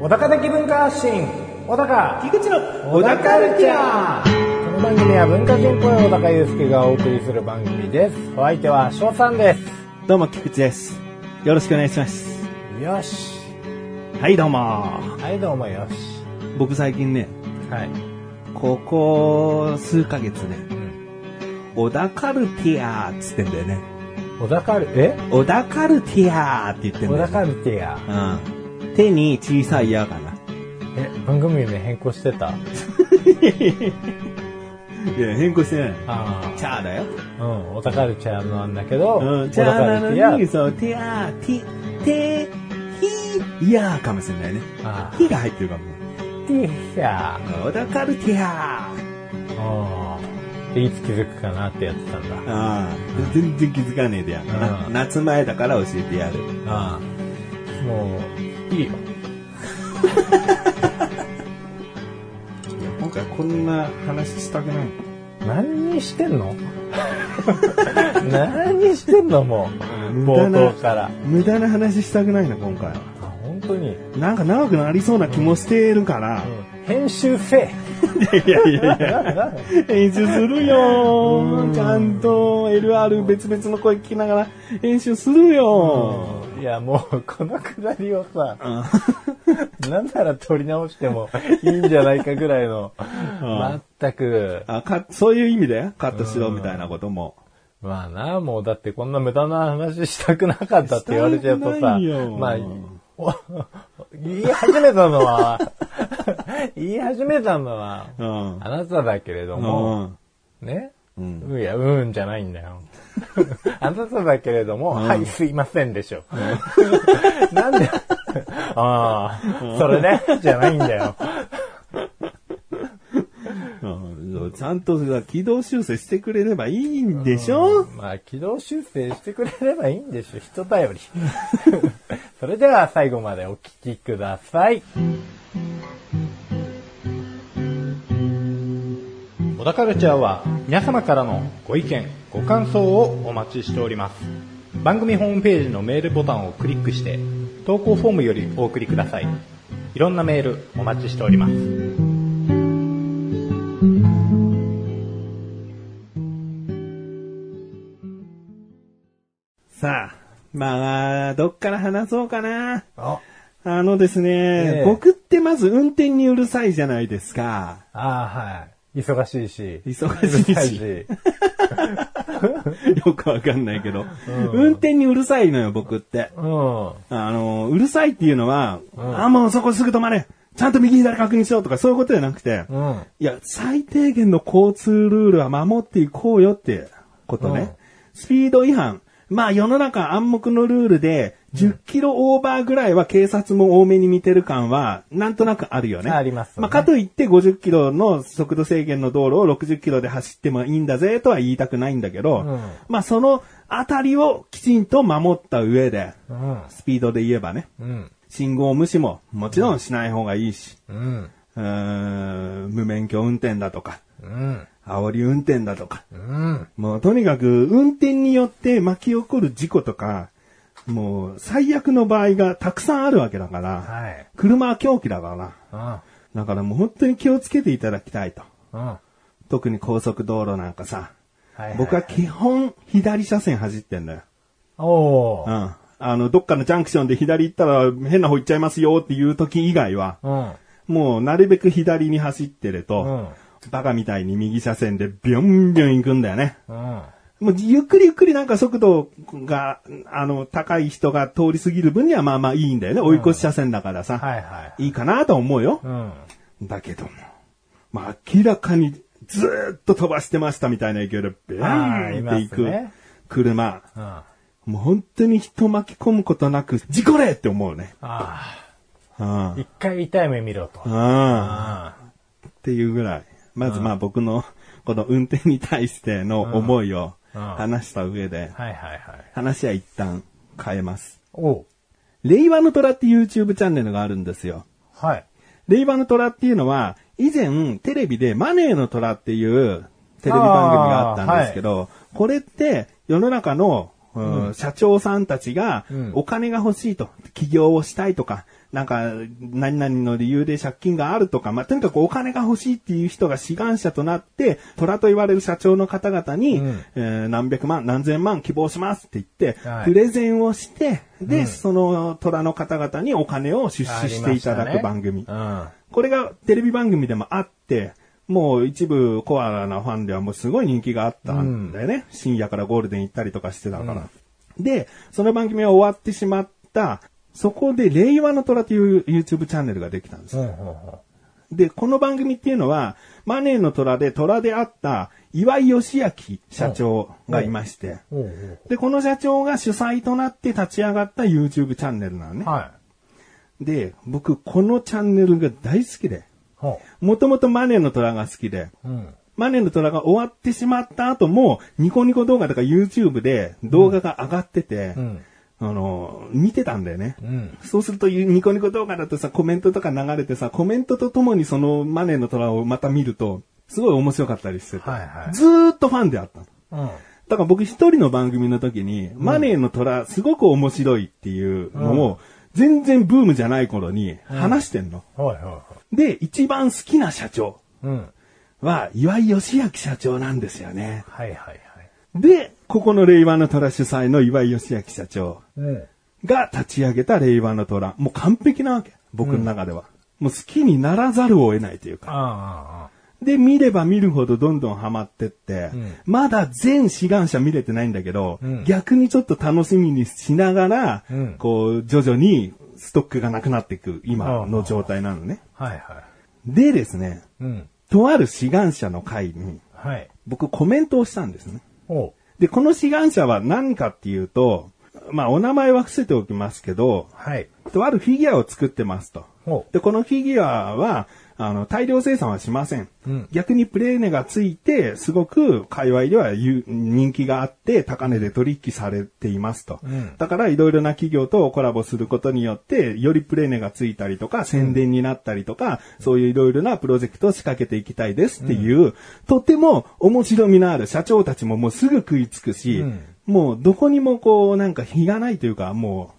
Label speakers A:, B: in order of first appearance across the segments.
A: 小高的文化発信小高
B: 菊池の
A: 小高ルチャーこの番組は文化人っぽい小高祐介がお送りする番組ですお相手は翔さんです
B: どうも菊池ですよろしくお願いします
A: よし
B: はいどうも
A: はいどうもよし
B: 僕最近ね
A: はい、
B: ここ数ヶ月ね
A: うん、
B: 小田カルティアーっつってんだよね
A: 小高ルえ
B: 小田カルティアーって言ってん
A: 小
B: だよ、
A: 高ルテや
B: うん、手に小さい矢かな
A: え番組名変更してた
B: いや変更してない
A: あ
B: チャーだよ、
A: あうん小高ルチャーなんだけど、
B: うん、チ
A: 小
B: ャー
A: 高
B: な
A: ルテや
B: のにそうティアーティテヒーヤーかもしれないね
A: あ
B: 火が入ってるかもね
A: ーティや
B: 小田カルティアー
A: うんでいつ気づくかなってやってたんだ
B: ああ、全然気づかねえでやんな。
A: うん
B: 夏前だから教えてやる。
A: ああもういいよ
B: いや、今回こんな話したくない。
A: 何してんの 何してんのもう
B: 無駄
A: 冒
B: な
A: 頭から
B: 無駄な話したくないな、今回は。
A: あ本当に、
B: なんか長くなりそうな気もしてるから。
A: 編集せ
B: いやいやいや、
A: え
B: 編集するよ。ちゃんと LR 別々の声聞きながら編集するよ。
A: いやもうこのくだりをさ
B: うん
A: なんなら撮り直してもいいんじゃないかぐらいの
B: ん
A: 全く
B: あかそういう意味でカットしろみたいなことも。
A: まあなもうだってこんな無駄な話したくなかったって言われちゃうと
B: したくな
A: さ
B: いよ
A: まあお 言い始めたのは 言い始めたのは
B: うん。
A: あなただけれども、
B: うん。
A: ね、
B: う
A: うんん、いや、うんじゃないんだよ。 あなただけれども、はい、すいませんでしょ。 なんで、ああ、それね、じゃないんだよ。
B: うんちゃんとさ軌道修正してくれればいいんでしょ、
A: まあ、軌道修正してくれればいいんでしょ、人頼り。 それでは最後までお聞きください。
C: 小田カルチャーは皆様からのご意見ご感想をお待ちしております番組ホームページのメールボタンをクリックして投稿フォームよりお送りくださいいろんなメールお待ちしております
B: さあ、まあ、どっから話そうかな。
A: あ
B: あのですね、
A: ええ
B: 僕ってまず運転にうるさいじゃないですか。
A: あ、はい。忙しいし。
B: 忙 しいし
A: うるさい
B: よくわかんないけど。運転にうるさいのよ、僕って。
A: うん。
B: あの、うるさいっていうのは、あ、もうそこすぐ止まれちゃんと右左確認しようとかそういうことじゃなくて、
A: うん。
B: いや、最低限の交通ルールは守っていこうよってことね。
A: うん
B: スピード違反。まあ世の中暗黙のルールで、10キロオーバーぐらいは警察も多めに見てる感は、なんとなくあるよね。
A: ありますよね
B: まあかといって50キロの速度制限の道路を60キロで走ってもいいんだぜとは言いたくないんだけど、
A: うん
B: まあそのあたりをきちんと守った上で、
A: うん。
B: スピードで言えばね、
A: うん。
B: 信号無視ももちろんしない方がいいし、
A: うん。
B: うーん無免許運転だとか、
A: うん。
B: 煽り運転だとか。
A: うん。
B: もうとにかく運転によって巻き起こる事故とか、もう最悪の場合がたくさんあるわけだから、
A: はい。
B: 車は狂気だから、
A: うん。
B: だからもう本当に気をつけていただきたいと。
A: うん。
B: 特に高速道路なんかさ、
A: はい
B: 僕は基本左車線走ってんだよ。
A: お
B: う
A: ー。
B: ん。あの、どっかのジャンクションで左行ったら変な方行っちゃいますよっていう時以外は、
A: うん。
B: もうなるべく左に走ってると、バカみたいに右車線でビョンビョン行くんだよね。
A: うん。
B: もうゆっくりゆっくりなんか速度が、あの、高い人が通り過ぎる分にはまあまあいいんだよね。追い越し車線だからさ。
A: はいはい。
B: いいかなと思うよ。
A: うん。
B: だけども。まあ明らかにずーっと飛ばしてましたみたいな勢いで、ビ
A: あ
B: ャ
A: ーい
B: ーンっ
A: ま
B: て
A: す
B: いく
A: ね
B: 車。
A: うん。あ
B: もう本当に人巻き込むことなく、事故れって思うね。
A: あ
B: うん。
A: ー。一回痛い目見ろと。
B: うん。
A: ああ。
B: っていうぐらい。まずまあ僕の、 この運転に対しての思いを話した上で、
A: はいはいはい。
B: 話は一旦変えます。
A: おう。
B: 令和の虎って YouTube チャンネルがあるんですよ。
A: はい。
B: 令和の虎っていうのは、以前テレビでマネーの虎っていうテレビ番組があったんですけど、これって世の中の、うん社長さんたちが
A: うん
B: お金が欲しいと、起業をしたいとか、なんか、何々の理由で借金があるとか、まあ、とにかくお金が欲しいっていう人が志願者となって、虎と言われる社長の方々に、
A: うん
B: えー何百万、何千万希望しますって言って、
A: はい
B: プレゼンをして、で、その虎の方々にお金を出資していただく番組。
A: あ
B: これがテレビ番組でもあって、もう一部コアラなファンではもうすごい人気があったんだよね。深夜からゴールデン行ったりとかしてたから。で、その番組は終わってしまった。そこで、令和の虎という YouTube チャンネルができたんです
A: り。ましたね。うん。うんうん
B: で、この番組っていうのは、マネーの虎で虎であった岩井義明社長がいまして、
A: おうおう
B: で、この社長が主催となって立ち上がった YouTube チャンネルなのね。
A: は
B: で、僕、このチャンネルが大好きで、
A: い。ほ
B: もともとマネーの虎が好きで、
A: う。うん。
B: マネーの虎が終わってしまった後も、ニコニコ動画とか YouTube で動画が上がってて、
A: うん。
B: あの、見てたんだよね。
A: うん。
B: そうすると、ニコニコ動画だとさ、コメントとか流れてさ、コメントとともにそのマネーの虎をまた見ると、すごい面白かったりしてて、
A: はいはい
B: ずーっとファンであったの。
A: うん。
B: だから僕一人の番組の時に、マネーの虎すごく面白いっていうのを、全然ブームじゃない頃に話してんの。
A: はいはいは
B: で、一番好きな社長
A: い。うん。
B: は岩井義明社長なんですよね。
A: はいはいはい。
B: で、ここの令和の虎主催の岩井義明社長
A: うん。
B: が立ち上げた令和の虎。もう完璧なわけ。僕の中では。もう好きにならざるを得ないというか。
A: あ
B: で、見れば見るほどどんどんハマってって、
A: うん
B: まだ全志願者見れてないんだけど、
A: うん
B: 逆にちょっと楽しみにしながら、
A: うん
B: こう、徐々にストックがなくなっていく、今の状態なのね。
A: あああ。はいは
B: でですね、
A: い。うん。
B: とある志願者の会に、
A: はい。
B: 僕コメントをしたんですね。
A: おう。
B: で、この志願者は何かっていうと、まあ、お名前は伏せておきますけど、
A: はい。
B: とあるフィギュアを作ってますと。
A: おう。
B: で、このフィギュアは、あの、大量生産はしません。
A: うん
B: 逆にプレーネがついて、すごく界隈では有人気があって、高値で取引されていますと。
A: うん
B: だから、いろいろな企業とコラボすることによって、よりプレーネがついたりとか、宣伝になったりとか、そういういろいろなプロジェクトを仕掛けていきたいですっていう、とても面白みのある社長たちももうすぐ食いつくし、
A: うん
B: もうどこにもこう、なんか日がないというか、も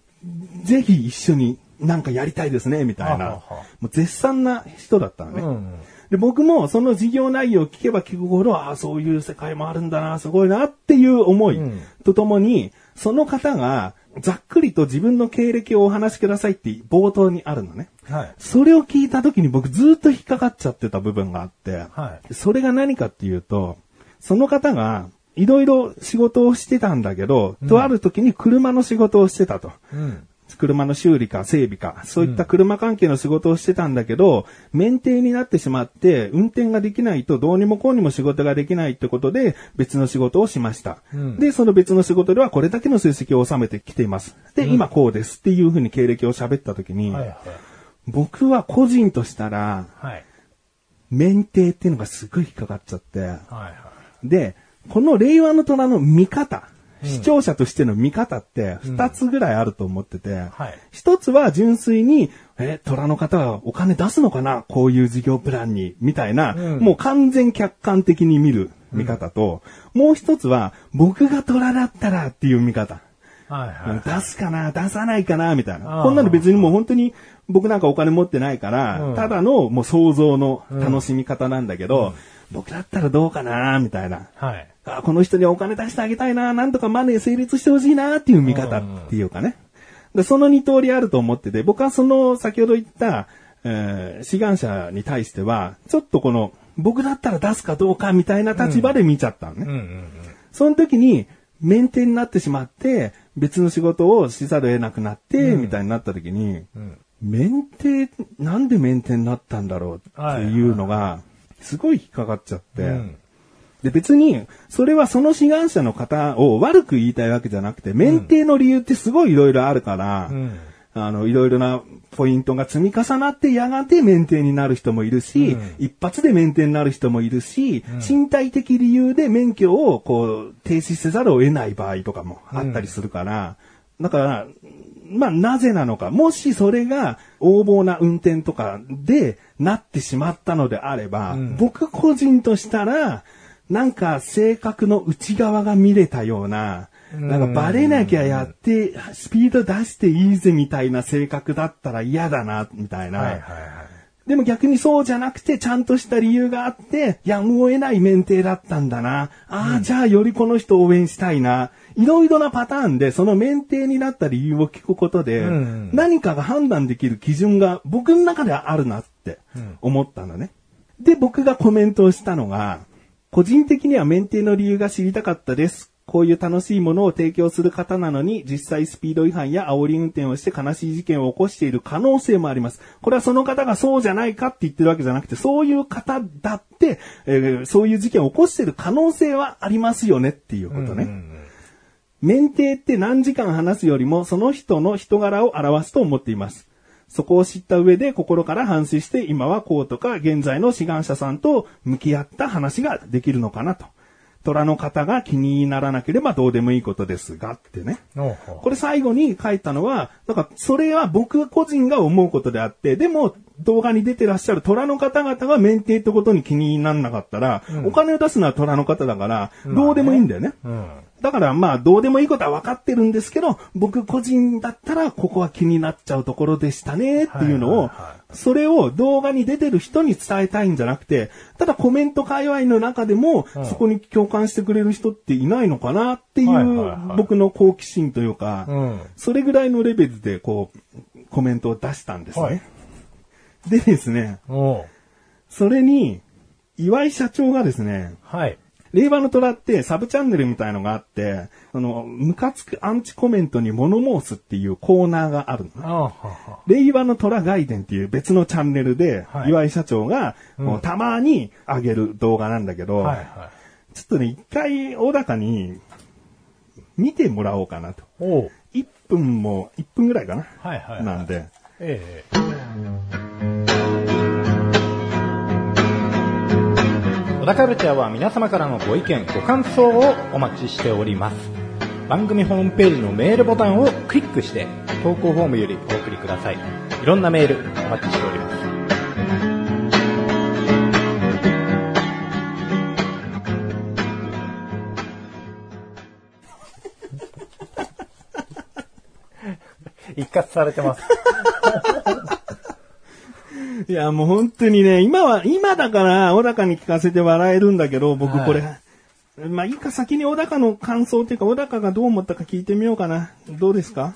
B: う、ぜひ一緒になんかやりたいですね、みたいな。みたい
A: は
B: な
A: はは
B: もう絶賛な人だったのね。
A: うん。
B: で、僕もその事業内容を聞けば聞くほど、ああ、そういう世界もあるんだな、すごいなっていう思い
A: うん
B: とともに、その方がざっくりと自分の経歴をお話しくださいって冒頭にあるのね。
A: はい。
B: それを聞いた時に僕ずっと引っかかっちゃってた部分があって、
A: は
B: それが何かっていうと、その方がいろいろ仕事をしてたんだけど、とある時に車の仕事をしてたと。
A: うん。
B: 車の修理か整備か、そういった車関係の仕事をしてたんだけど、免停になってしまって、運転ができないとどうにもこうにも仕事ができないってことで、別の仕事をしました。
A: うん
B: で、その別の仕事ではこれだけの成績を収めてきています。で、今こうですっていうふうに経歴を喋った時に、
A: はいはい。
B: 僕は個人としたら、
A: はい。
B: 免停っていうのがすごい引っかかっちゃって、
A: はい
B: で、この令和の虎の見方、視聴者としての見方って二つぐらいあると思ってて、
A: はい
B: 一つは純粋に、え、虎の方はお金出すのかなこういう事業プランに、みたいな、
A: うん
B: もう完全客観的に見る見方と、もう一つは僕が虎だったらっていう見方。
A: はい。はいはい。
B: 出すかな出さないかなみたいな。
A: あー
B: こんなの別にもう本当に僕なんかお金持ってないから、
A: うん
B: ただのもう想像の楽しみ方なんだけど、僕だったらどうかなみたいな。
A: はい。
B: あこの人にはお金出してあげたいな、なんとかマネー成立してほしいなっていう見方っていうかね。でその二通りあると思ってて、僕はその先ほど言った、えー志願者に対しては、ちょっとこの、僕だったら出すかどうかみたいな立場で見ちゃったのね。
A: うんうん
B: その時に、免停になってしまって、別の仕事をしざるを得なくなって、みたいになった時
A: う
B: に、
A: ん。うん。
B: 免停、なんで免停になったんだろうっていうのが、すごい引っかかっちゃって、
A: うん
B: で、別に、それはその志願者の方を悪く言いたいわけじゃなくて、免停の理由ってすごいいろいろあるから、
A: うん
B: あの、いろいろなポイントが積み重なって、やがて免停になる人もいるし、
A: うん
B: 一発で免停になる人もいるし、身体的理由で免許をこう、停止せざるを得ない場合とかもあったりするから、だから、まあ、なぜなのか。もしそれが、横暴な運転とかで、なってしまったのであれば、
A: うん
B: 僕個人としたら、なんか性格の内側が見れたような、なんかバレなきゃやって、スピード出していいぜみたいな性格だったら嫌だな、みたいな。
A: はいはいはい。
B: でも逆にそうじゃなくて、ちゃんとした理由があって、やむを得ない免停だったんだな。ああ、じゃあよりこの人応援したいな。いろいろなパターンで、その免停になった理由を聞くことで、
A: ん
B: 何かが判断できる基準が僕の中ではあるなって思ったのね。で、僕がコメントをしたのが、個人的には免停の理由が知りたかったです。こういう楽しいものを提供する方なのに、実際スピード違反や煽り運転をして悲しい事件を起こしている可能性もあります。これはその方がそうじゃないかって言ってるわけじゃなくて、そういう方だって、えーそういう事件を起こしている可能性はありますよねっていうことね。免停って何時間話すよりもその人の人柄を表すと思っています。そこを知った上で心から反省して今はこうとか現在の志願者さんと向き合った話ができるのかなと。虎の方が気にならなければどうでもいいことですがってね。
A: おうほう
B: これ最後に書いたのは、なんかそれは僕個人が思うことであって、でも動画に出てらっしゃる虎の方々が免停ってことに気にならなかったら、お金を出すのは虎の方だから、どうでもいいんだよね。
A: うん。
B: だからまあどうでもいいことは分かってるんですけど、僕個人だったらここは気になっちゃうところでしたねっていうの
A: はい
B: を
A: はいは、
B: それを動画に出てる人に伝えたいんじゃなくて、ただコメント界隈の中でも、そこに共感してくれる人っていないのかなってい
A: はいはいは
B: う
A: い
B: 僕の好奇心というか、
A: うん。
B: それぐらいのレベルでこう、コメントを出したんですね。
A: はい
B: でですね、
A: おう
B: それに、岩井社長がですね、
A: はい。
B: 令和の虎ってサブチャンネルみたいのがあって、あの、ムカつくアンチコメントに物申すっていうコーナーがあるのね。
A: ああ、
B: 令和の虎外伝っていう別のチャンネルで、
A: はい
B: 岩井社長が、もうたまに上げる動画なんだけど、
A: はいはい。
B: ちょっとね、一回小高に見てもらおうかなと。
A: おう
B: 1分も、1分ぐらいかな。
A: はいはいはい
B: なんで。
A: え
C: 小田カルチャーは皆様からのご意見、ご感想をお待ちしております。番組ホームページのメールボタンをクリックして、投稿フォームよりお送りください。いろんなメールお待ちしております。
A: え一括されてます。
B: いや、もう本当にね、今は、今だから、小高に聞かせて笑えるんだけど、僕
A: はい
B: これ、まあいいか先に小高の感想っていうか、小高がどう思ったか聞いてみようかな。どうですか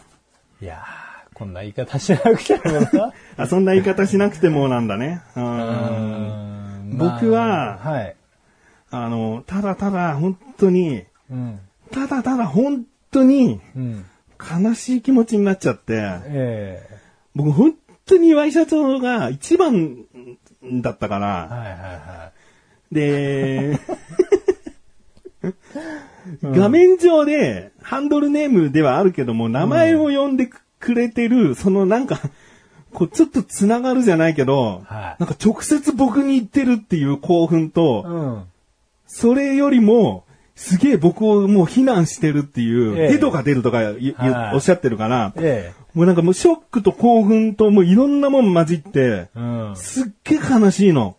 A: いやー、こんな言い方しなくてもな。
B: あ、そんな言い方しなくてもなんだ ね。うん。
A: うん
B: 僕は
A: はい。
B: あの、ただただ、本当に、
A: うん。
B: ただただ本当に、
A: うん。
B: 悲しい気持ちになっちゃって、
A: え
B: 僕本当に岩井社長が一番だったか
A: え
B: ら、
A: はいはいは
B: で、画面上で、ハンドルネームではあるけども、名前を呼んでくれてる、そのなんか、こう、ちょっと繋がるじゃないけど、
A: はい
B: なんか直接僕に言ってるっていう興奮
A: い。
B: と、
A: ん。
B: それよりも、すげえ僕をもう非難してるっていう、
A: ええ
B: ヘドが出るとか言う言う
A: はい
B: おっしゃってるから、
A: え
B: もうなんかもうショックと興奮ともういろんなもん混じって
A: え、うん。あ
B: すっげえ悲しいの。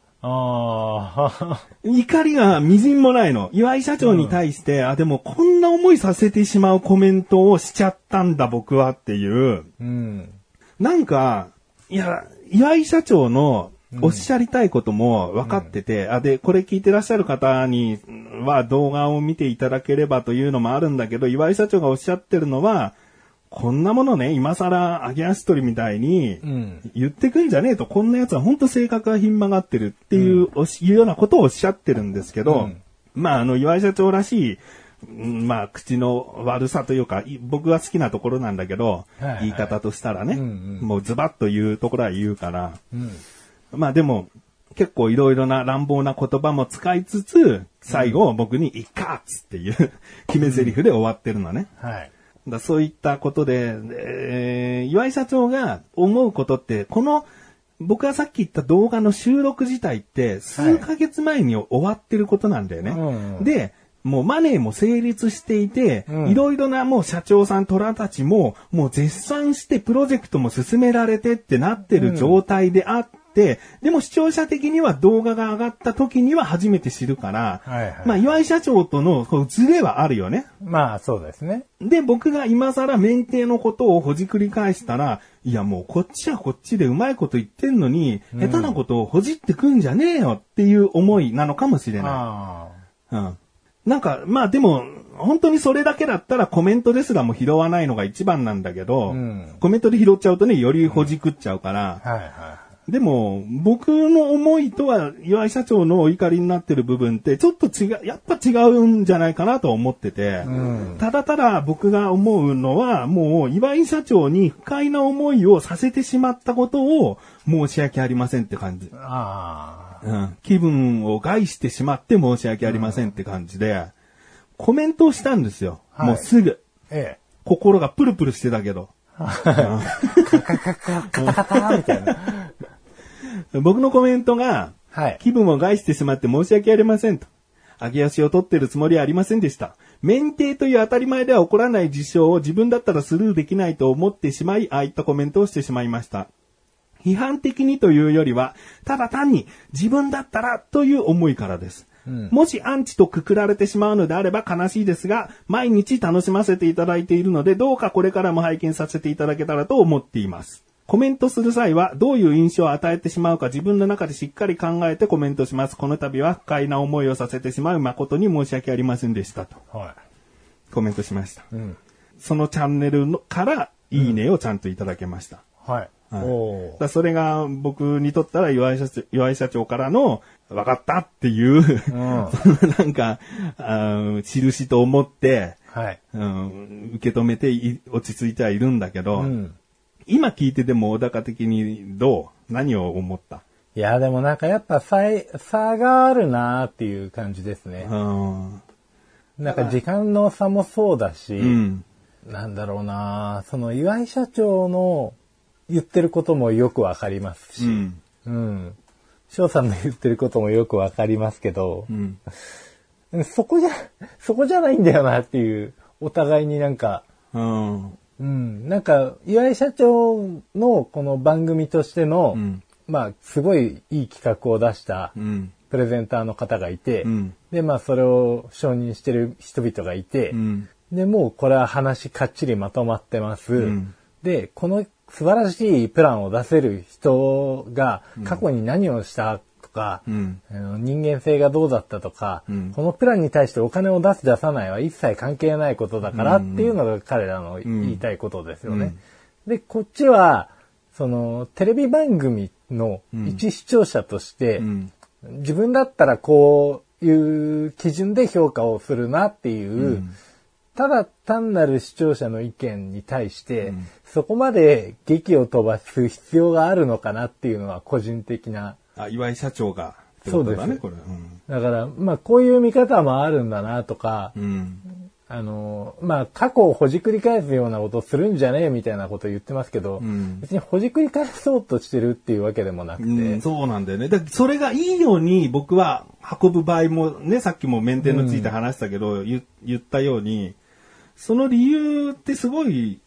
A: あ
B: 怒りが微塵もないの。岩井社長に対して、あ、でもこんな思いさせてしまうコメントをしちゃったんだ僕はっていう。
A: ー。うん。
B: なんか、いや、岩井社長のおっしゃりたいことも分かってて、あ、で、これ聞いてらっしゃる方には動画を見ていただければというのもあるんだけど、岩井社長がおっしゃってるのは、こんなものね、今更、揚げ足取りみたいに
A: うん。
B: 言ってくんじゃねえと、こんな奴は本当性格がひん曲がってるっていう、おしいうようなことをおっしゃってるんですけど、
A: うん
B: まあ、あの、岩井社長らしい、うんまあ、口の悪さというか、い僕が好きなところなんだけど、
A: はいはい
B: 言い方としたらね、
A: うんうん
B: もうズバッと言うところは言うから、
A: うん。
B: まあでも、結構いろいろな乱暴な言葉も使いつつ、最後僕にいっかっつっていう決め台詞で終わってるのね。
A: はい。
B: だそういったことで、えー岩井社長が思うことって、この、僕がさっき言った動画の収録自体って、数ヶ月前に終わってることなんだよね。
A: うんうん
B: で、もうマネーも成立していて、
A: うん
B: いろいろなもう社長さん、虎たちも、もう絶賛してプロジェクトも進められてってなってる状態であって、て、でも視聴者的には動画が上がった時には初めて知るから、
A: はいはい
B: まあ岩井社長とのこうズレはあるよね。
A: まあ、そうですね。
B: で、僕が今更免停のことをほじくり返したら、いやもうこっちはこっちでうまいこと言ってんのに、下手なことをほじってくんじゃねえよっていう思いなのかもしれな
A: あ
B: い。うん。なんか、まあでも、本当にそれだけだったらコメントですらも拾わないのが一番なんだけど、
A: うん
B: コメントで拾っちゃうとね、よりほじくっちゃうから、
A: あ。はいは
B: でも、僕の思いとは岩井社長のお怒りになってる部分って、ちょっと違う、やっぱ違うんじゃないかなと思ってて、
A: ん
B: ただただ僕が思うのは、もう岩井社長に不快な思いをさせてしまったことを申し訳ありませんって感じ
A: い。。あ
B: うん、気分を害してしまって申し訳ありませんって感じで、コメントをしたんですよ。
A: はい
B: もうすぐ。
A: あ。え
B: 心がプルプルしてたけど。
A: え。カタカタみたいな。
B: 僕のコメントが、
A: はい。
B: 気分を害してしまって申し訳ありませんと。揚げ足を取ってるつもりはありませんでした。免停という当たり前では起こらない事象を自分だったらスルーできないと思ってしまい、ああいったコメントをしてしまいました。批判的にというよりは、ただ単に自分だったらという思いからです。もしアンチとくくられてしまうのであれば悲しいですが、毎日楽しませていただいているので、どうかこれからも拝見させていただけたらと思っています。コメントする際は、どういう印象を与えてしまうか自分の中でしっかり考えてコメントします。この度は不快な思いをさせてしまう誠に申し訳ありませんでした。と
A: は
B: コメントしました。
A: い。うん。
B: そのチャンネルのから、いいねをちゃんといただけました。
A: はい。
B: はいだ
A: お
B: からそれが僕にとったら岩井社長岩井社長からの、わかったっていう、
A: ん
B: そのなんか、あー印と思って、
A: ーはい。
B: うん受け止めてい落ち着いてはいるんだけど、
A: うん。
B: 今聞いてでも小高的にどう何を思った
A: いや、でもなんかやっぱさい差があるなーっていう感じですね。
B: うん。
A: なんか時間の差もそうだし、
B: うん。
A: なんだろうなその岩井社長の言ってることもよくわかります
B: う
A: し、
B: ん。
A: うん。翔、さんの言ってることもよくわかりますけど
B: う、ん。
A: そこじゃ、 そこじゃないんだよなっていう、お互いになんか、
B: うん。
A: うん、なんか、岩井社長のこの番組としての、
B: うん
A: まあ、すごいいい企画を出した、
B: うん。
A: プレゼンターの方がいて、
B: うん
A: で、まあ、それを承認してる人々がいて、
B: うん。
A: で、もうこれは話かっちりまとまってます。
B: ん
A: で、この素晴らしいプランを出せる人が過去に何をしたとか、
B: うん
A: あの人間性がどうだったとか、
B: うん
A: このプランに対してお金を出す出さないは一切関係ないことだからっていうのが彼らの言いたいことですよね。で、こっちは、その、テレビ番組の一視聴者として、
B: うん。
A: 自分だったらこういう基準で評価をするなっていう、ただ単なる視聴者の意見に対して、そこまで劇を飛ばす必要があるのかなっていうのは個人的な。
B: あ、岩井社長が。ってことだ
A: そうで
B: ね、
A: す
B: これ。うん。
A: だから、まあこういう見方もあるんだなとか、
B: うん。
A: あの、まあ過去をほじくり返すようなことするんじゃねえみたいなこと言ってますけど、
B: ん
A: 別にほじくり返そうとしてるっていうわけでもなくて、
B: うん、そうなんだよね。だからそれがいいように僕は運ぶ場合もね、さっきもメンテについて話したけど、言言ったように、その理由ってすごい、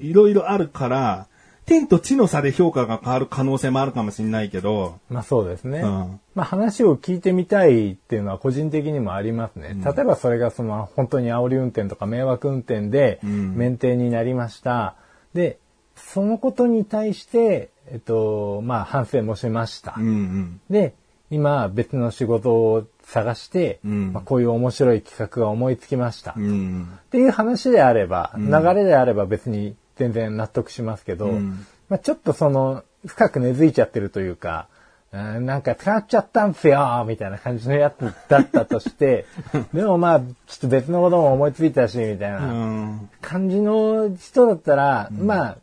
B: いろいろあるから、天と地の差で評価が変わる可能性もあるかもしれないけど、
A: まあそうですね。
B: うん
A: まあ話を聞いてみたいっていうのは個人的にもありますね。例えばそれがその本当に煽り運転とか迷惑運転で
B: ん
A: 免停になりました。で、そのことに対して、えっと、まあ反省もしました。
B: うんうん。
A: で、今別の仕事を探して、
B: うん
A: まあこういう面白い企画が思いつきました。
B: うんうん。
A: っていう話であれば、流れであれば別に全然納得しますけど、
B: ん。
A: まあ、ちょっとその、深く根付いちゃってるというか、うんなんか使っちゃったんすよみたいな感じのやつだったと して、でもまあ、ちょっと別のことも思いついたし、みたいうなん感じの人だったら、まあ、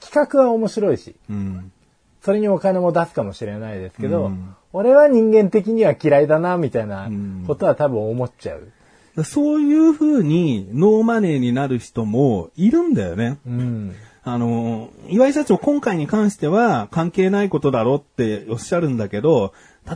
A: 企画は面白いし、
B: うん。
A: それにお金も出すかもしれないですけど、
B: うん
A: 俺は人間的には嫌いだな、みたいなことは多分思っちゃう。
B: そういう風にノーマネーになる人もいるんだよね。
A: うん。
B: あの、岩井社長今回に関しては関係ないことだろっておっしゃるんだけど、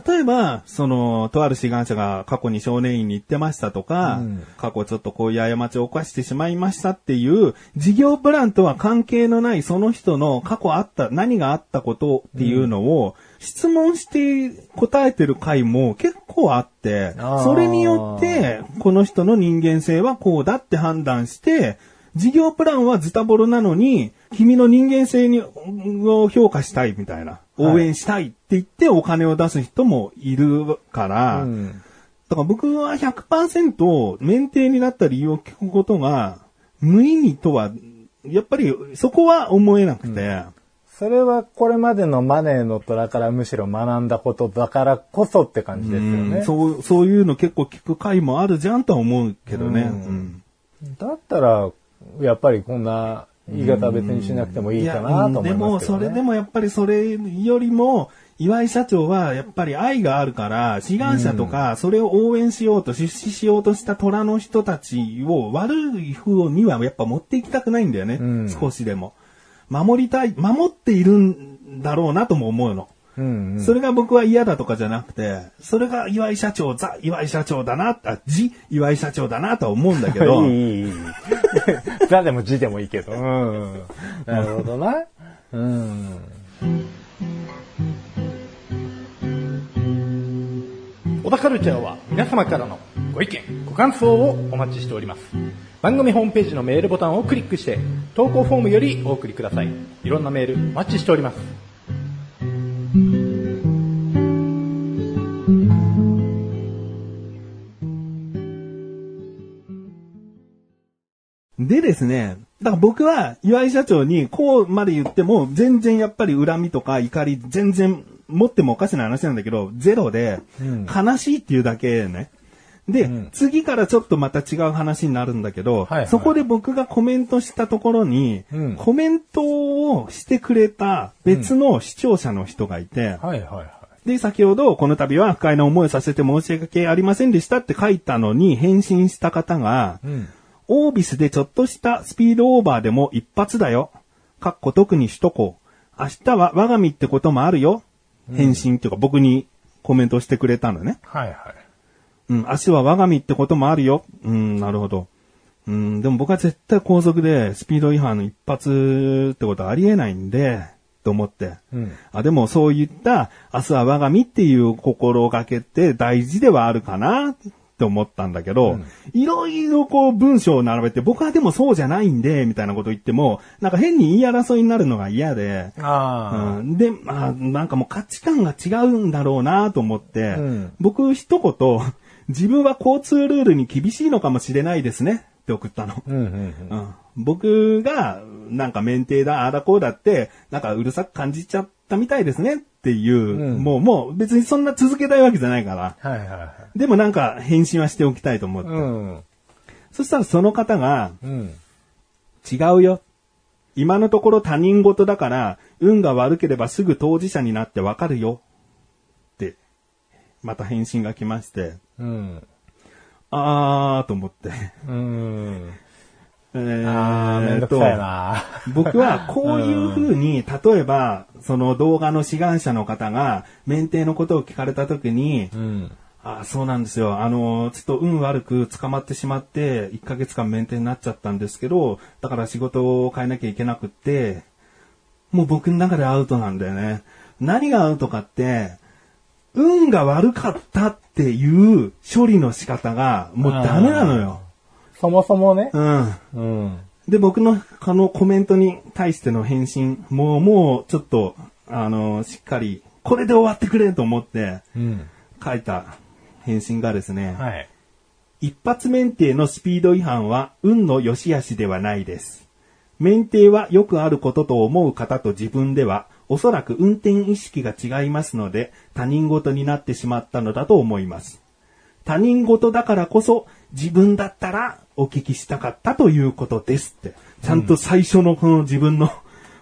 B: 例えば、その、とある志願者が過去に少年院に行ってましたとか、
A: うん
B: 過去ちょっとこういう過ちを犯してしまいましたっていう、事業プランとは関係のないその人の過去あった、何があったことっていうのを、質問して答えてる回も結構あって、
A: あー
B: それによって、この人の人間性はこうだって判断して、事業プランはズタボロなのに、君の人間性に、を評価したいみたいな、
A: はい
B: 応援したいって言ってお金を出す人もいるから、
A: うん
B: だから僕は100%免停になった理由を聞くことが、無意味とは、やっぱりそこは思えなくて、
A: それはこれまでのマネーの虎からむしろ学んだことだからこそって感じですよね。
B: そう、そういうの結構聞く回もあるじゃんとは思うけどね。うん
A: だったら、やっぱりこんな言い方別にしなくてもいいかなと思いますけど、ね
B: やうんでも、それでもやっぱりそれよりも、岩井社長はやっぱり愛があるから、志願者とか、それを応援しようと、出資しようとした虎の人たちを悪い風にはやっぱ持っていきたくないんだよね。
A: ん
B: 少しでも。守りたい、守っているんだろうなとも思うの。
A: うんうん
B: それが僕は嫌だとかじゃなくて、それが岩井社長、ザ岩井社長だな、あ、ジ岩井社長だなとは思うんだけ
A: い
B: ど、
A: い、いい、いい。ザでも字でもいいけど。う んうん。なるほどな。うん。
C: 小田カルチャーは皆様からのご意見、ご感想をお待ちしております。番組ホームページのメールボタンをクリックして、投稿フォームよりお送りください。いろんなメールお待ちしております。
B: でですね、だから僕は岩井社長にこうまで言っても全然やっぱり恨みとか怒り全然持ってもおかしな話なんだけど、ゼロで
A: うん
B: 悲しいっていうだけね。で、
A: ん
B: 次からちょっとまた違う話になるんだけど、
A: はいはい
B: そこで僕がコメントしたところに、
A: うん
B: コメントをしてくれた別の視聴者の人がいて、
A: はいはいは
B: で、先ほど、この度は不快な思いをさせて申し訳ありませんでしたって書いたのに返信した方が、
A: い。うん。
B: オービスでちょっとしたスピードオーバーでも一発だよ。かっこ特に首都高。明日は我が身ってこともあるよ。返信っていうか僕にコメントしてくれたのね。
A: はいはい。
B: うん、明日は我が身ってこともあるよ。うん、なるほど。うん、でも僕は絶対高速でスピード違反の一発ってことはありえないんで、と思って。
A: うん。
B: あでもそういった明日は我が身っていう心がけって大事ではあるかなって思ったんだけど、いろいろこう文章を並べて僕はでもそうじゃないんで、みたいなこと言っても、なんか変に言い争いになるのが嫌で、
A: あ
B: うん、で、まあ、なんかもう価値観が違うんだろうなと思って、
A: うん
B: 僕一言、 自分は交通ルールに厳しいのかもしれないですねって送ったの。
A: あ。うんうんうん。
B: うん僕が、なんか免停だ、あらこうだって、なんかうるさく感じちゃったみたいですねっていう、
A: うん
B: もう、もう別にそんな続けたいわけじゃないから。
A: はいはいはい。
B: でもなんか返信はしておきたいと思って。
A: うん。
B: そしたらその方が、
A: うん。
B: 違うよ。今のところ他人事だから、運が悪ければすぐ当事者になってわかるよ。って、また返信が来まして、
A: うん。
B: あーと思って。
A: うん。
B: えー
A: ああ、めんどくさいな。
B: 僕はこういう風に、例えば、その動画の志願者の方が、免停のことを聞かれた時に
A: う、ん。
B: あそうなんですよ。あの、ちょっと運悪く捕まってしまって、1ヶ月間免停になっちゃったんですけど、だから仕事を変えなきゃいけなくって、もう僕の中でアウトなんだよね。何がアウトかって、運が悪かったっていう処理の仕方が、もうダメなのよ。
A: そもそもね。
B: うん。
A: うん。
B: で、僕の、あの、コメントに対しての返信、もう、もう、ちょっと、あの、しっかり、これで終わってくれと思って、
A: うん。
B: 書いた返信がですね、
A: はい。
B: 一発免停のスピード違反は、運の良し悪しではないです。免停はよくあることと思う方と自分では、おそらく運転意識が違いますので、他人事になってしまったのだと思います。他人事だからこそ、自分だったらお聞きしたかったということですって。ちゃんと最初のこの自分の、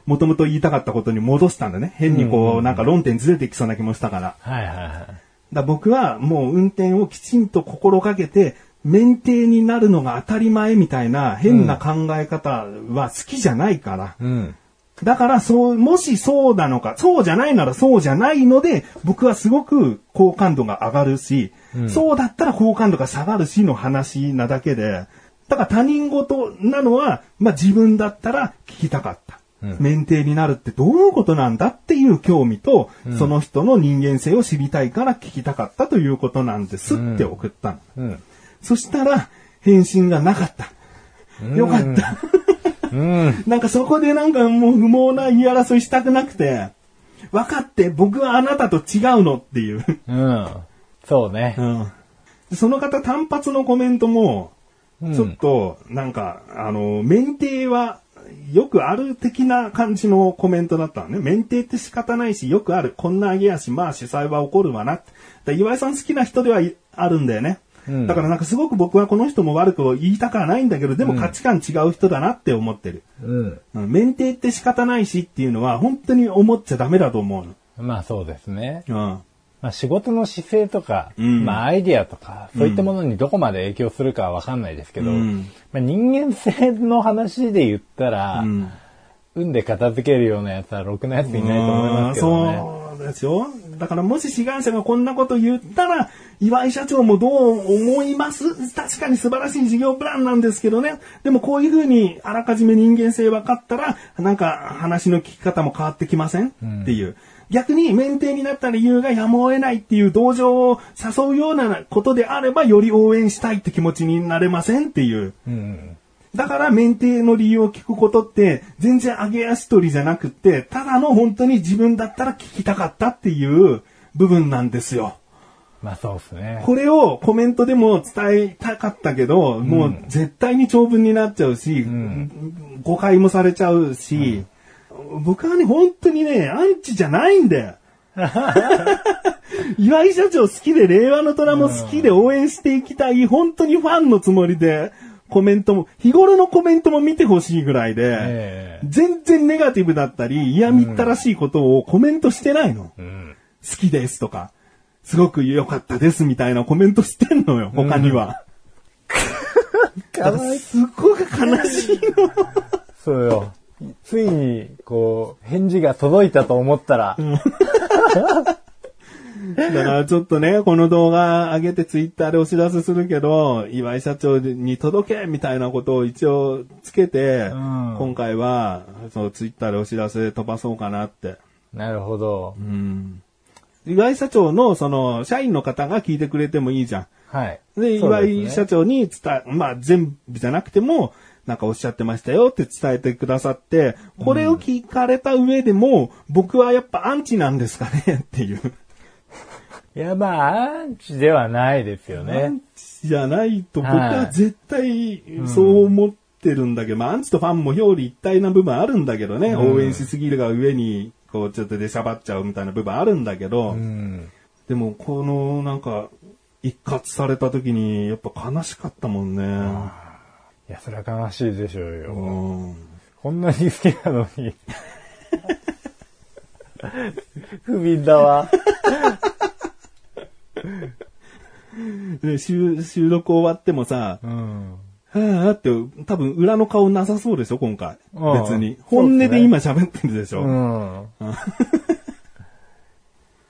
B: もともと言いたかったことに戻したんだね。変にこう、なんか論点ずれていきそうな気もしたから。
A: はいはいはい。
B: だから僕はもう運転をきちんと心がけて、免停になるのが当たり前みたいな変な考え方は好きじゃないから、
A: うん。
B: だから、そう、もしそうなのか、そうじゃないならそうじゃないので、僕はすごく好感度が上がるし、そうだったら好感度が下がるしの話なだけで、だから他人事なのは、まあ自分だったら聞きたかった。免停になるってどういうことなんだっていう興味と、その人の人間性を知りたいから聞きたかったということなんですって送ったの。
A: うん。
B: そしたら、返信がなかった。よかった。
A: うん。
B: なんかそこでなんかもう不毛な言い争いしたくなくて、分かって僕はあなたと違うのっていう。
A: うん。そうね。
B: うん。その方単発のコメントも、
A: うん
B: ちょっと、なんか、あの、免停は、よくある的な感じのコメントだったのね。免停って仕方ないし、よくある。こんな上げやし、まあ主催は怒るわなって。だ岩井さん好きな人ではいあるんだよね。
A: ん
B: だからなんかすごく僕はこの人も悪く言いたくはないんだけど、でも価値観違う人だなって思ってる。
A: うん。
B: うん、免停って仕方ないしっていうのは本当に思っちゃダメだと思う
A: まあそうですね。
B: の。
A: まあ仕事の姿勢とか、
B: うん
A: まあアイディアとか、そういったものにどこまで影響するかはわかんないですけど、
B: うん
A: まあ人間性の話で言ったら、
B: うん。うん
A: 運で片付けるようなやつはろくなやついないと思いますけどね。
B: そうですよ。だからもし志願者がこんなこと言ったら、岩井社長もどう思います確かに素晴らしい事業プランなんですけどね。でもこういうふうにあらかじめ人間性分かったら、なんか話の聞き方も変わってきません、っていう。逆に免停になった理由がやむを得ないっていう同情を誘うようなことであれば、より応援したいって気持ちになれませんっていう。
A: うん。
B: だから免停の理由を聞くことって、全然上げ足取りじゃなくって、ただの本当に自分だったら聞きたかったっていう部分なんですよ。
A: まあそうですね。
B: これをコメントでも伝えたかったけど、もう絶対に長文になっちゃうし、誤解もされちゃうし、僕はね、本当にね、アンチじゃないんだ よ。岩井社長好きで、令和の虎も好きで応援していきたい、本当にファンのつもりで、コメントも、日頃のコメントも見てほしいぐらいで、
A: ええ
B: 全然ネガティブだったり、嫌みったらしいことをコメントしてないの。
A: うん。
B: 好きですとか、すごく良かったですみたいなコメントしてんのよ、他には。だからすごく悲しいの。
A: そうよ。ついに、こう、返事が届いたと思ったら、
B: だからちょっとね、この動画上げてツイッターでお知らせするけど、岩井社長に届けみたいなことを一応つけて、
A: ん
B: 今回はそうツイッターでお知らせ飛ばそうかなって。
A: なるほど。
B: うん岩井社長のその社員の方が聞いてくれてもいいじゃん。
A: はい。
B: で、
A: そう
B: 岩
A: ですね
B: 井社長に伝え、まあ全部じゃなくても、なんかおっしゃってましたよって伝えてくださって、これを聞かれた上でも、僕はやっぱアンチなんですかね っていう。
A: いや、まあ、アンチではないですよ
B: ア
A: ね
B: ン。チじゃないと僕
A: は
B: はい絶対そう思ってるんだけど、まあアンチとファンも表裏一体な部分あるんだけどね、応援しすぎるが上に、こうちょっと出しゃばっちゃうみたいな部分あるんだけど、
A: うん。
B: でもこのなんか、一括された時にやっぱ悲しかったもんね。
A: いや、それは悲しいでしょうよ。
B: うん
A: こんなに好きなのに。 不憫だわ。
B: で収収録終わってもさ、
A: うん。
B: はぁって、多分裏の顔なさそうでしょ、今回。
A: うんそ
B: 別に。
A: うです
B: 本音
A: ね
B: で今喋ってるでしょ。
A: うん。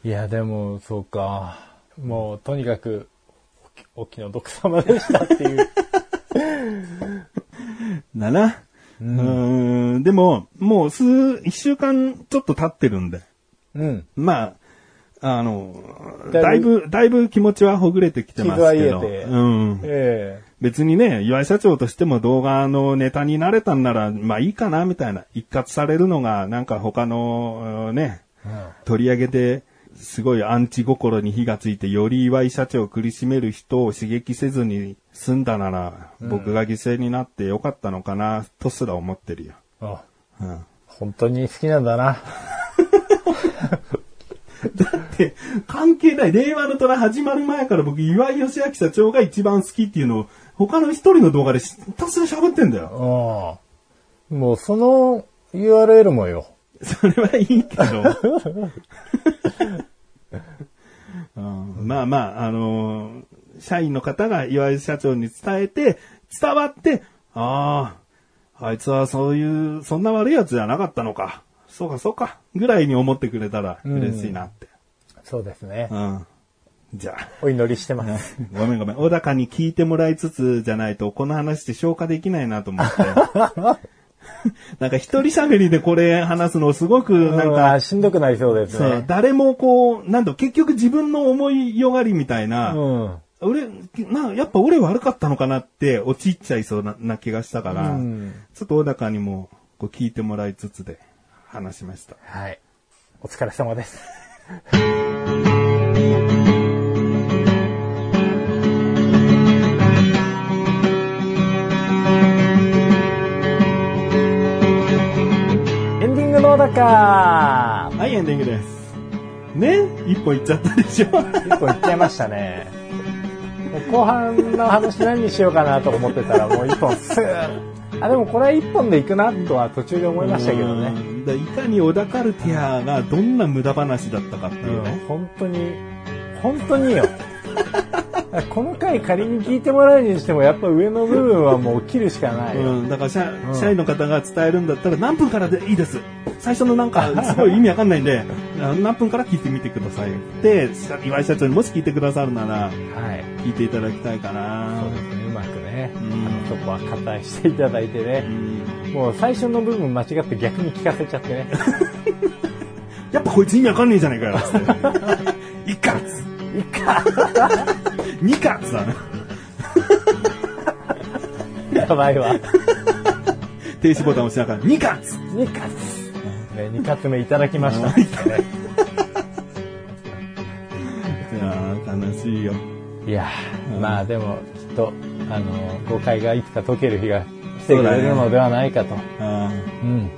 A: いや、でも、そうか。もう、とにかく、おお気の毒様でしたって いう。
B: だな。うん、ん。でも、もう数、一週間ちょっと経ってるんで。
A: うん。
B: まあ、あの、だ
A: だ
B: い
A: い
B: ぶ、だいぶ気持ちはほぐれてきてますけど。
A: 気が癒えて
B: うん。
A: え
B: 別にね、岩井社長としても動画のネタになれたんなら、まあいいかな、みたいな。一括されるのが、なんか他の、うんね、
A: え
B: 取り上げて、すごいアンチ心に火がついて、より岩井社長を苦しめる人を刺激せずに済んだなら、僕が犠牲になってよかったのかな、とすら思ってるよ。
A: うん。あ、
B: うん。
A: 本当に好きなんだな。
B: で、関係ない。令和の虎始まる前から僕、岩井義明社長が一番好きっていうのを、他の一人の動画でひたすら喋ってんだよ。
A: うん。もう、その URL もよ。
B: それはいい けど。うんまあまあ、あのー社員の方が岩井社長に伝えて、伝わって、ああ、あいつはそういう、そんな悪い奴じゃなかったのか。そうかそうか。ぐらいに思ってくれたら嬉しいなって。
A: そうですね
B: う。ん。じゃあ。
A: お祈りしてます。
B: ごめんごめん。小高に聞いてもらいつつじゃないと、この話って消化できないなと思 って。なんか一人喋りでこれ話すのすごく
A: な
B: なんん
A: か、
B: か、
A: しんどくなりそうです
B: そう
A: ね。
B: 誰もこう、なんだろう結局自分の思いよがりみたいうな、
A: ん。
B: 俺、な、やっぱ俺悪かったのかなって陥っちゃいそうなな気がしたから、
A: うん
B: ちょっと小高にもこう聞いてもらいつつで話しました。
A: はい。お疲れ様です。エンディングのだか
B: はい、エンディングです。ね一歩行っちゃったでしょ
A: 結構いっちゃいましたね。もう後半の話何にしようかなと思ってたらもう一 本スーッあ、でもこれは一本でいくなとは途中で思いましたけどね。
B: うん。だからいかに小田カルティアがどんな無駄話だったかっていうね。
A: 本当に本当によこの回仮に聞いてもらうにしてもやっぱ上の部分はもう切るしかないよ、
B: うん、だから社,、
A: うん
B: 社員の方が伝えるんだったら何分からでいいです最初のな んかすごい意味わかんないんであの何分から聞いてみてくださいで社岩井社長にもし聞いてくださるなら
A: はい
B: 聞いていただきたいかな
A: そうですねうまくね、
B: うん
A: あのそこは加担していただいて
B: う
A: ね、
B: ん
A: もう最初の部分間違って逆に聞かせちゃってね
B: やっぱこいつ意味わかんねえじゃねえかよつって。 一括
A: いいか
B: 二括だな。
A: やばいわ
B: 停止ボタン押しながら二括
A: 2つ、ね、2つ目いただきました、ね
B: いやー楽しいよ。
A: いやー、まあでもきっとあの誤解がいつか解ける日が来て
B: そ
A: く
B: うだね
A: れるのではないかとう,、
B: あー
A: ん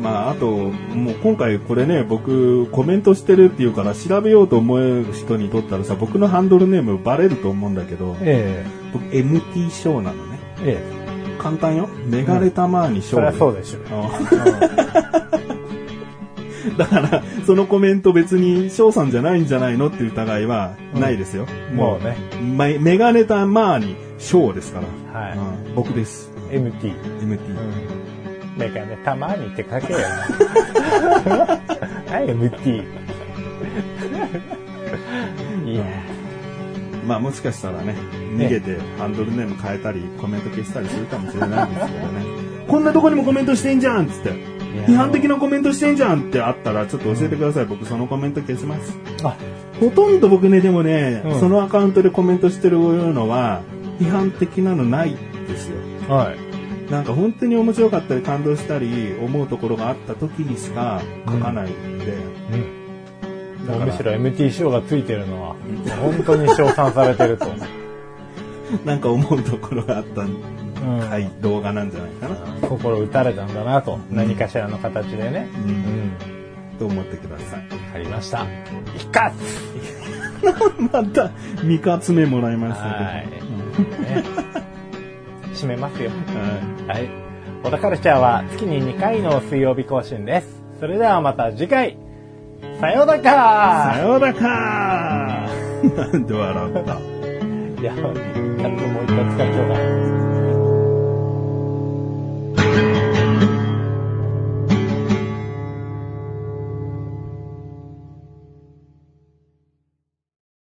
B: まあ、あと、もう今回これね、僕、コメントしてるっていうから、調べようと思う人にとったらさ、僕のハンドルネームバレると思うんだけど、
A: え
B: 僕、MT ショーなのね。
A: えええ
B: 簡単よ。メガレタマーにショ
A: そりゃ
B: ー。
A: そうでしょう
B: うん だから、そのコメント別にショーさんじゃないんじゃないのっていう疑いはないですよ。
A: もうね
B: う、メメガネタマーにショーですから。
A: はい
B: うん僕です。
A: MT、
B: MT。
A: メガネたまにって書 けよはい MT いや
B: まあもしかしたらね、逃げてハンドルネーム変えたり、コメント消したりするかもしれないんですけどね。 こんなとこにもコメントしてんじゃんっつって。批判的なコメントしてんじゃんってあったら、ちょっと教えてください。僕そのコメント消します。
A: あ
B: ほとんど僕ね、でもね、
A: うん
B: そのアカウントでコメントしてるのは、批判的なのないですよ。
A: はい
B: なんか本当に面白かったり感動したり、思うところがあった時にしか書かないんで。
A: うん
B: だから
A: むしろ MT 賞がついてるのは本当に称賛されてると、
B: なんか思うところがあった、
A: うん
B: はい、動画なんじゃないかな。
A: 心打たれたんだなと、何かしらの形でね、う
B: う
A: んん、
B: と思ってください。
A: ありました一括
B: また、三つ目もらいました
A: はい
B: けど。
A: ね締めますよ
B: は
A: はい。小田カルチャーは月に2回の水曜日更新です。それではまた次回。さようだ
B: い。さ
A: か
B: ようだかーなんで笑った
A: いや、ちゃんともう一回使っちゃおうかな。